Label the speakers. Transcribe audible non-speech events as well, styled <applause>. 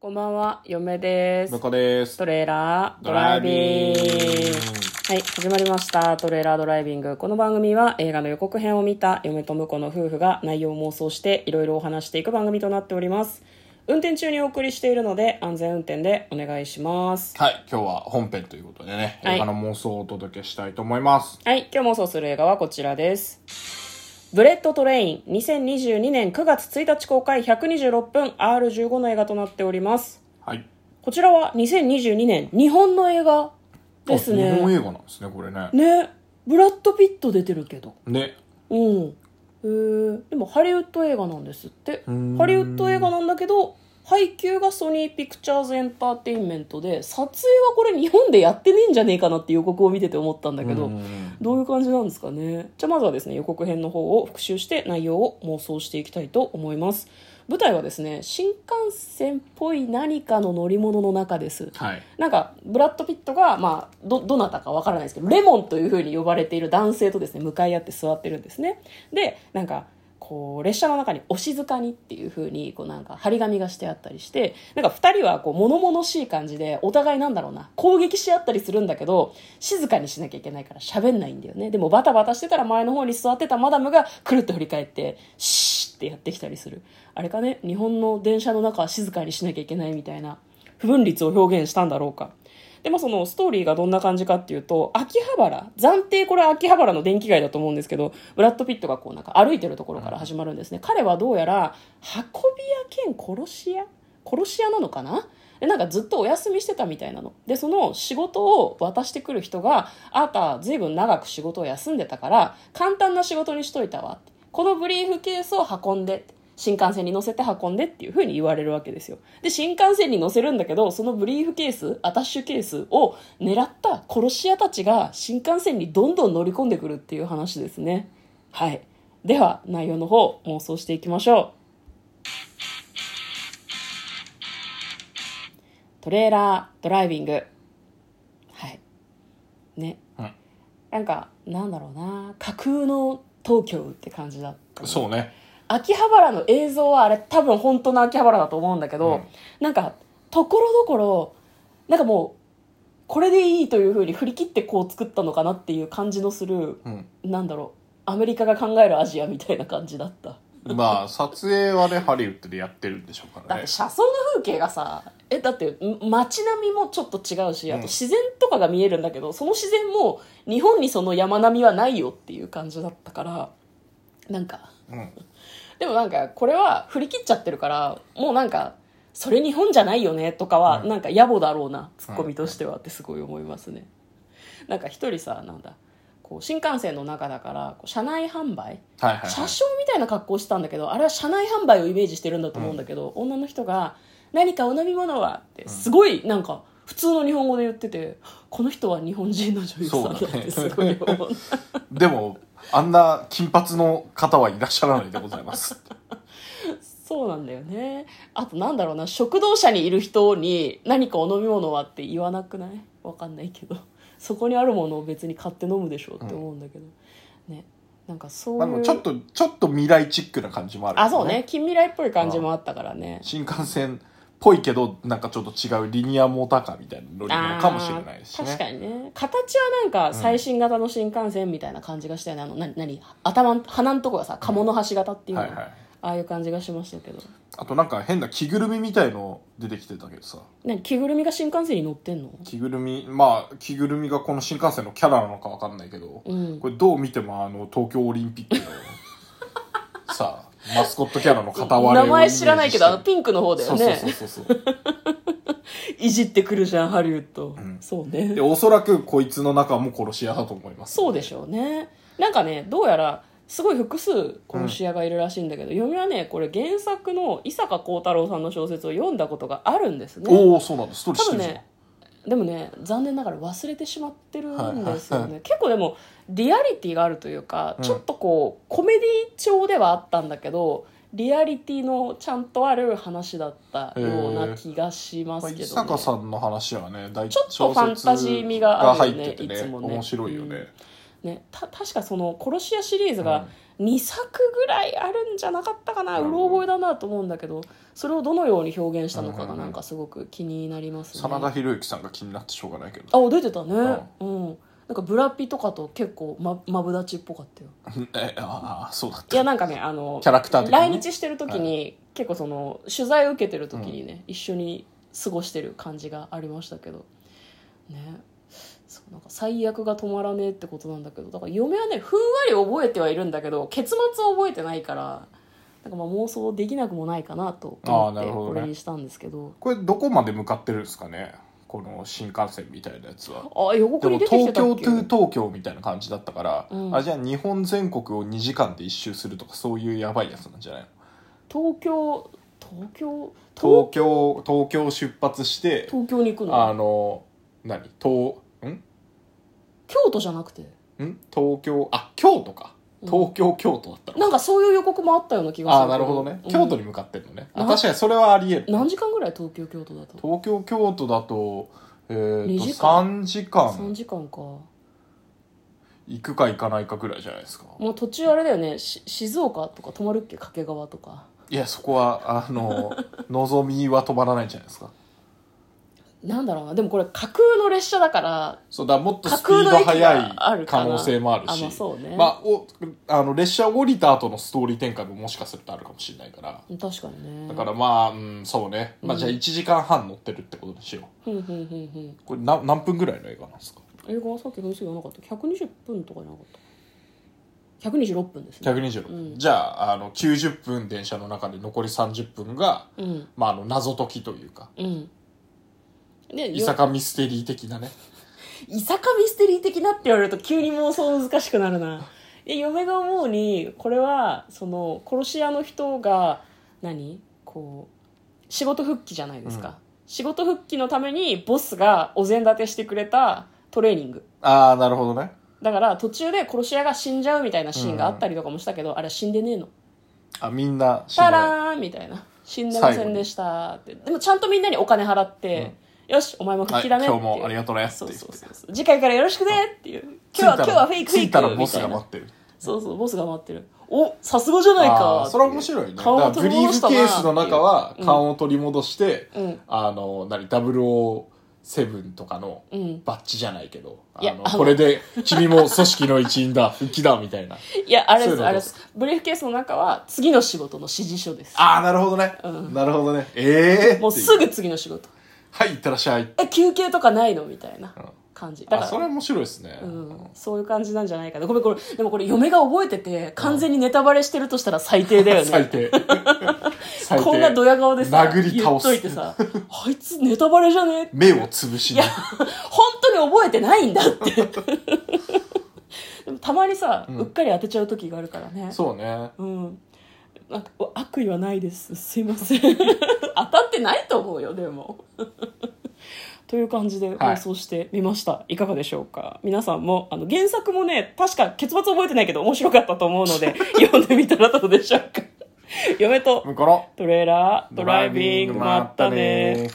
Speaker 1: こんばんは、嫁です
Speaker 2: 向。こうです。
Speaker 1: トレーラードライビング。はい、始まりました。トレーラードライビング。この番組は映画の予告編を見た嫁と婿の夫婦が内容を妄想していろいろお話していく番組となっております。運転中にお送りしているので安全運転でお願いします。
Speaker 2: はい、今日は本編ということでね、
Speaker 1: はい
Speaker 2: 映画の妄想をお届けしたいと思います。
Speaker 1: はい、今日妄想する映画はこちらです。ブレッドトレイン2022年9月1日公開126分 R15 の映画となっております。
Speaker 2: はい。
Speaker 1: こちらは2022年日本の映画です
Speaker 2: あ日本
Speaker 1: ね。
Speaker 2: 映画なんですね、これね。
Speaker 1: ね、ブラッド・ピット出てるけど。
Speaker 2: ね。
Speaker 1: うん。えー、でもハリウッド映画なんですって。
Speaker 2: ん
Speaker 1: ハリウッド映画なんだけど、配給がソニーピクチャーズエンターテインメントで、撮影はこれ日本でやってねえんじゃねえかなって予告を見てて思ったんだけど、
Speaker 2: うん
Speaker 1: どういう感じなんですかねじゃあまずはですね予告編の方を復習して内容を妄想していきたいと思います舞台はですね新幹線っぽい何かの乗り物の中です
Speaker 2: はい。
Speaker 1: なんかブラッド・ピットが、まあ、どどなたかわからないですけどレモンというふうに呼ばれている男性とですね向かい合って座ってるんですねでなんかこう列車の中に「押し塚に」っていうふうにこうなんか張り紙がしてあったりしてなんか2人はこう物々しい感じでお互いなんだろうな攻撃し合ったりするんだけど静かにしなきゃいけないから喋んないんだよねでもバタバタしてたら前の方に座ってたマダムがくるっと振り返って「シーッ」ってやってきたりするあれかね日本の電車の中は静かにしなきゃいけないみたいな不分率を表現したんだろうか。で、まあ、そのストーリーがどんな感じかっていうと、秋葉原、暫定これは秋葉原の電気街だと思うんですけど、ブラッド・ピットがこうなんか歩いてるところから始まるんですね。彼はどうやら、運び屋兼殺し屋殺し屋なのかなでなんかずっとお休みしてたみたいなの。で、その仕事を渡してくる人が、あなたずいぶん長く仕事を休んでたから、簡単な仕事にしといたわって。このブリーフケースを運んでって。新幹線に乗せて運んでっていう風に言われるわけですよ。で、新幹線に乗せるんだけど、そのブリーフケース、アタッシュケースを狙った殺し屋たちが新幹線にどんどん乗り込んでくるっていう話ですね。はい。では、内容の方、妄想していきましょう。トレーラードライビングはいね、
Speaker 2: うん
Speaker 1: なんかなんだろうな架空の東京って感じだったね
Speaker 2: そうね。
Speaker 1: 秋葉原の映像はあれ多分本当の秋葉原だと思うんだけど、
Speaker 2: うん
Speaker 1: なんかところどころなんかもうこれでいいというふうに振り切ってこう作ったのかなっていう感じのする
Speaker 2: うん。
Speaker 1: なんだろうアメリカが考えるアジアみたいな感じだった
Speaker 2: まあ、 <laughs> 撮影はね、ハリウッドでやってるんでしょうか
Speaker 1: だっ
Speaker 2: らね
Speaker 1: て。車窓の風景がさえだってん街並みもちょっと違うしあ
Speaker 2: う
Speaker 1: と
Speaker 2: ん
Speaker 1: 自然とかが見えるんだけど、その自然も日本にその山並みはないよっていう感じだったからなんか
Speaker 2: うん。
Speaker 1: でもなんかこれは振り切っちゃってるからもうなんかそれ日本じゃないよねとかは
Speaker 2: うん
Speaker 1: なんか野暮だろうな、ツッコミとしてはってすごい思いますね。なんか一人さなんだこう新幹線の中だからこう車内販売
Speaker 2: はいはい、は
Speaker 1: 車
Speaker 2: い。
Speaker 1: 掌みたいな格好してたんだけどあれは車内販売をイメージしてるんだと思うんだけど、女の人が「何かお飲み物は?」ってすごいなんか普通の日本語で言っててこの人は日本人の女優さんだっ
Speaker 2: そうだ
Speaker 1: て
Speaker 2: ね
Speaker 1: すごい思う
Speaker 2: でも、あんな金髪の方はいらっしゃらないでござい
Speaker 1: <laughs>
Speaker 2: ます。
Speaker 1: そうなんだよねあとなんだろうな食堂車にいる人に「何かお飲み物は?」って言わなくないわかんないけどそこにあるものを別に買って飲むでしょうって思うんだけど、ねなんかそう
Speaker 2: まあで
Speaker 1: い
Speaker 2: も
Speaker 1: う
Speaker 2: ちょっと、ちょっと未来チックな感じもある、
Speaker 1: あそうね。近未来っぽい感じもあったからね
Speaker 2: 新幹線っぽいけど、なんかちょっと違うリニアモーターカーみたいな乗り物かもしれないし
Speaker 1: あー確
Speaker 2: ね。
Speaker 1: かにね形はなんか最新型の新幹線みたいな感じがしたよね、あのな何頭ん鼻のとこがさ鴨の橋型っていうの、
Speaker 2: はいはい。
Speaker 1: ああいう感じがしましたけど
Speaker 2: あとなんか変な着ぐるみみたいの出てきてたけどさ
Speaker 1: 何着ぐるみが新幹線に乗ってんの
Speaker 2: 着ぐるみまあ着ぐるみがこの新幹線のキャラなのかわかんないけど、
Speaker 1: うん
Speaker 2: これどう見てもあの東京オリンピック
Speaker 1: <laughs>
Speaker 2: のさあマスコットキャラの片割れを
Speaker 1: 名前知らないけどあの
Speaker 2: ン
Speaker 1: ピンクの方
Speaker 2: ク
Speaker 1: だよね
Speaker 2: そうそうそうそう
Speaker 1: いじってくるじゃんハリウッド、
Speaker 2: ん
Speaker 1: そう
Speaker 2: で
Speaker 1: ね
Speaker 2: おそらくこいつの中も殺し屋だと思います
Speaker 1: そうでしょうねなんかねどうやらすごい複数殺し屋がいるらしいんだけど、読みはねこれ原作の伊坂幸太郎さんの小説を読んだことがあるんですね
Speaker 2: おおそうなんだストーリー
Speaker 1: 多
Speaker 2: 知って
Speaker 1: 分
Speaker 2: るじゃん、
Speaker 1: ねでもね残念ながら忘れてしまってるんですよね、
Speaker 2: はいはいは
Speaker 1: 結構でもリアリティがあるというか、
Speaker 2: うん
Speaker 1: ちょっとこうコメディ調ではあったんだけどリアリティのちゃんとある話だったような気がします
Speaker 2: まあ、
Speaker 1: けど、ね
Speaker 2: 伊坂さんの話はね大
Speaker 1: ちょっとファンタジー味があるよね
Speaker 2: 小説が入ってて
Speaker 1: いつもね
Speaker 2: 面白いよね、
Speaker 1: ね、た確かその殺し屋シリーズ
Speaker 2: う
Speaker 1: が
Speaker 2: ん
Speaker 1: 2作ぐらいあるんじゃなかったかな
Speaker 2: うん
Speaker 1: うろ覚えだなと思うんだけどそれをどのように表現したのか
Speaker 2: うんう
Speaker 1: が
Speaker 2: んうん
Speaker 1: なんかすごく気になりますね。
Speaker 2: 真田広之さんが気になってしょうがないけど
Speaker 1: あ出てたね、うんなんかブラピとかと結構まマブダチっぽかったよ
Speaker 2: <laughs> えああそうだっ <laughs>
Speaker 1: いや
Speaker 2: た
Speaker 1: なんかねあの
Speaker 2: キャラクター的にね
Speaker 1: 来日してる時に、結構その取材を受けてる時にね、一緒に過ごしてる感じがありましたけどねそうなんか最悪が止まらねえってことなんだけどだから嫁はねふんわり覚えてはいるんだけど結末を覚えてないからなんかまあ妄想できなくもないかなと思
Speaker 2: あー
Speaker 1: っ
Speaker 2: な
Speaker 1: て
Speaker 2: るほど
Speaker 1: こ
Speaker 2: ね
Speaker 1: れにしたんですけど
Speaker 2: これどこまで向かってるんですかねこの新幹線みたいなやつは
Speaker 1: あ予告に
Speaker 2: でも
Speaker 1: 出てきて
Speaker 2: 東
Speaker 1: た
Speaker 2: 京
Speaker 1: っ
Speaker 2: ト
Speaker 1: け
Speaker 2: ゥ東京みたいな感じだったから、
Speaker 1: うん
Speaker 2: あじゃあ日本全国を2時間で一周するとかそういうやばいやつなんじゃないの
Speaker 1: 東京東京
Speaker 2: 東京東京出発して
Speaker 1: 東京に行くの
Speaker 2: あの何東ん
Speaker 1: 京都じゃなくて
Speaker 2: ん東京あ京都か
Speaker 1: うん
Speaker 2: 東京、京都だったの
Speaker 1: なんかそういう予告もあったような気がす
Speaker 2: あ
Speaker 1: る
Speaker 2: あなるほどね、
Speaker 1: うん
Speaker 2: 京都に向かってるのねあ
Speaker 1: な
Speaker 2: 確かにそれはありえる
Speaker 1: 何時間ぐらい東京京都だと
Speaker 2: 東京京都だと,、えー、
Speaker 1: 二
Speaker 2: と
Speaker 1: 時間
Speaker 2: 3時
Speaker 1: 3
Speaker 2: 間
Speaker 1: 時間か
Speaker 2: 行くか行かないかぐらいじゃないですか
Speaker 1: もう途中あれだよねし静岡とか泊まるっけ掛川とか
Speaker 2: いやそこはあ
Speaker 1: <laughs>
Speaker 2: の望みは止まらないんじゃないですか
Speaker 1: なんだろうなでもこれ架空の列車だから
Speaker 2: そうだからもっとスピード速い可能性もある
Speaker 1: あ
Speaker 2: し
Speaker 1: まあそうね、
Speaker 2: まあおあの列車降りた後のストーリー展開ももしかするとあるかもしれないから
Speaker 1: 確かにね
Speaker 2: だからまあ、うん、そうね、まあ、じゃあ1時間半乗ってるってことにしよ
Speaker 1: ふんふんふんふん
Speaker 2: うこれな何分ぐらいの映画なんですか
Speaker 1: 映画はさっき分析言わなかった120分とかじゃなかった126分ですね
Speaker 2: 126、
Speaker 1: うん
Speaker 2: じゃああの90分電車の中で残り30分が、
Speaker 1: うん
Speaker 2: まあ、あの謎解きというか
Speaker 1: うんで
Speaker 2: いさかミステリー的なね
Speaker 1: いさかミステリー的なって言われると急に妄想難しくなるな。で嫁が思うにこれはその殺し屋の人が何こう仕事復帰じゃないですか、
Speaker 2: うん
Speaker 1: 仕事復帰のためにボスがお膳立てしてくれたトレーニング
Speaker 2: ああなるほどね
Speaker 1: だから途中で殺し屋が死んじゃうみたいなシーンがあったりとかもしたけど、あれは死んでねえの
Speaker 2: あみんな知
Speaker 1: タ
Speaker 2: らない
Speaker 1: ラーンみたいな死んでませんでしたってでもちゃんとみんなにお金払って、よしお前も復
Speaker 2: はい
Speaker 1: 帰だ
Speaker 2: 今
Speaker 1: ねって
Speaker 2: 日
Speaker 1: いう、
Speaker 2: もありがとうねって
Speaker 1: そ
Speaker 2: 言
Speaker 1: う
Speaker 2: って
Speaker 1: そうそうそう次回からよろしくねっていう今日は今
Speaker 2: 着い
Speaker 1: 日
Speaker 2: たら
Speaker 1: はフェイクフェイク
Speaker 2: 着いたらボス
Speaker 1: みた
Speaker 2: が
Speaker 1: いな
Speaker 2: 待ってる
Speaker 1: そうそうボスが待ってるおさすがじゃないか
Speaker 2: あーそれは面白いねだ
Speaker 1: 顔
Speaker 2: か
Speaker 1: を
Speaker 2: ら
Speaker 1: 取り
Speaker 2: ブリー
Speaker 1: 戻
Speaker 2: フ
Speaker 1: したな
Speaker 2: ケースの中は
Speaker 1: うん
Speaker 2: 勘を取り戻して、
Speaker 1: うん
Speaker 2: あの何007とかの
Speaker 1: うん
Speaker 2: バッジじゃないけど、
Speaker 1: いや
Speaker 2: あの
Speaker 1: あの
Speaker 2: これで君も組織の一員だ復帰だみた
Speaker 1: <laughs>
Speaker 2: いない
Speaker 1: やあれ
Speaker 2: そ
Speaker 1: で
Speaker 2: ういう
Speaker 1: す
Speaker 2: の
Speaker 1: あれですブリーフケースの中は次の仕事の指示書です
Speaker 2: ああなるほどね、
Speaker 1: うん
Speaker 2: なるほどねええー、
Speaker 1: もう
Speaker 2: っ
Speaker 1: す
Speaker 2: てい
Speaker 1: ぐ次の仕事
Speaker 2: はいいってらっしゃい
Speaker 1: え休憩とかないのみたいな感じだ
Speaker 2: あ
Speaker 1: か
Speaker 2: それ
Speaker 1: ら
Speaker 2: 面白いですね、
Speaker 1: うん、そういう感じなんじゃないかなごめんこれでもこれ嫁が覚えてて完全にネタバレしてるとしたら最低だよね
Speaker 2: <laughs> 最低最低
Speaker 1: こんなドヤ顔でさ
Speaker 2: 殴り倒す
Speaker 1: 言っといてさあいつネタバレじゃね
Speaker 2: 目をつぶ
Speaker 1: い
Speaker 2: しに
Speaker 1: や、本当に覚えてないんだって。でもたまにさ、うっかり当てちゃう時があるからね。
Speaker 2: そうね
Speaker 1: うん。なんかお悪意はないです。すいません。当たってないと思うよ、でも。という感じで放送してみました。い、かがでしょうか皆さんも、あの、原作もね、確か結末覚えてないけど面白かったと思うの
Speaker 2: <laughs>
Speaker 1: で、読んでみたらどうでしょうか。嫁と
Speaker 2: 向こうの
Speaker 1: トレーラー、ド
Speaker 2: ド
Speaker 1: ラ
Speaker 2: ラ
Speaker 1: イ
Speaker 2: イ
Speaker 1: ビ
Speaker 2: ビ
Speaker 1: ン
Speaker 2: ン
Speaker 1: グ、
Speaker 2: グ
Speaker 1: ま
Speaker 2: ま
Speaker 1: っ
Speaker 2: ったた
Speaker 1: ね
Speaker 2: ね